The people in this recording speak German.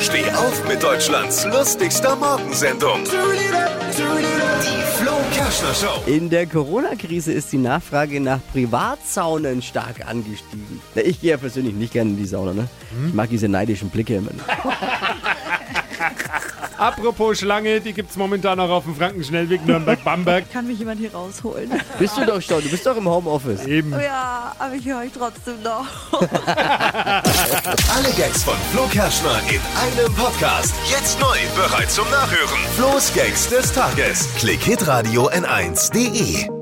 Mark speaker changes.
Speaker 1: Steh auf mit Deutschlands lustigster Morgensendung. Die Flo Kerschner Show.
Speaker 2: In der Corona-Krise ist die Nachfrage nach Privatsaunen stark angestiegen. Na, Ich gehe ja persönlich nicht gerne in die Sauna, ne? Ich mag diese neidischen Blicke immer. nicht.
Speaker 3: Apropos Schlange, die gibt's momentan auch auf dem Frankenschnellweg Nürnberg-Bamberg.
Speaker 4: Kann mich jemand hier rausholen?
Speaker 2: Bist du doch schon, du bist doch im Homeoffice.
Speaker 3: Eben.
Speaker 4: Oh ja, aber ich höre euch trotzdem noch.
Speaker 1: Alle Gags von Flo Kerschner in einem Podcast. Jetzt neu, bereit zum Nachhören. Flo's Gags des Tages. Klick Hitradio N1.de.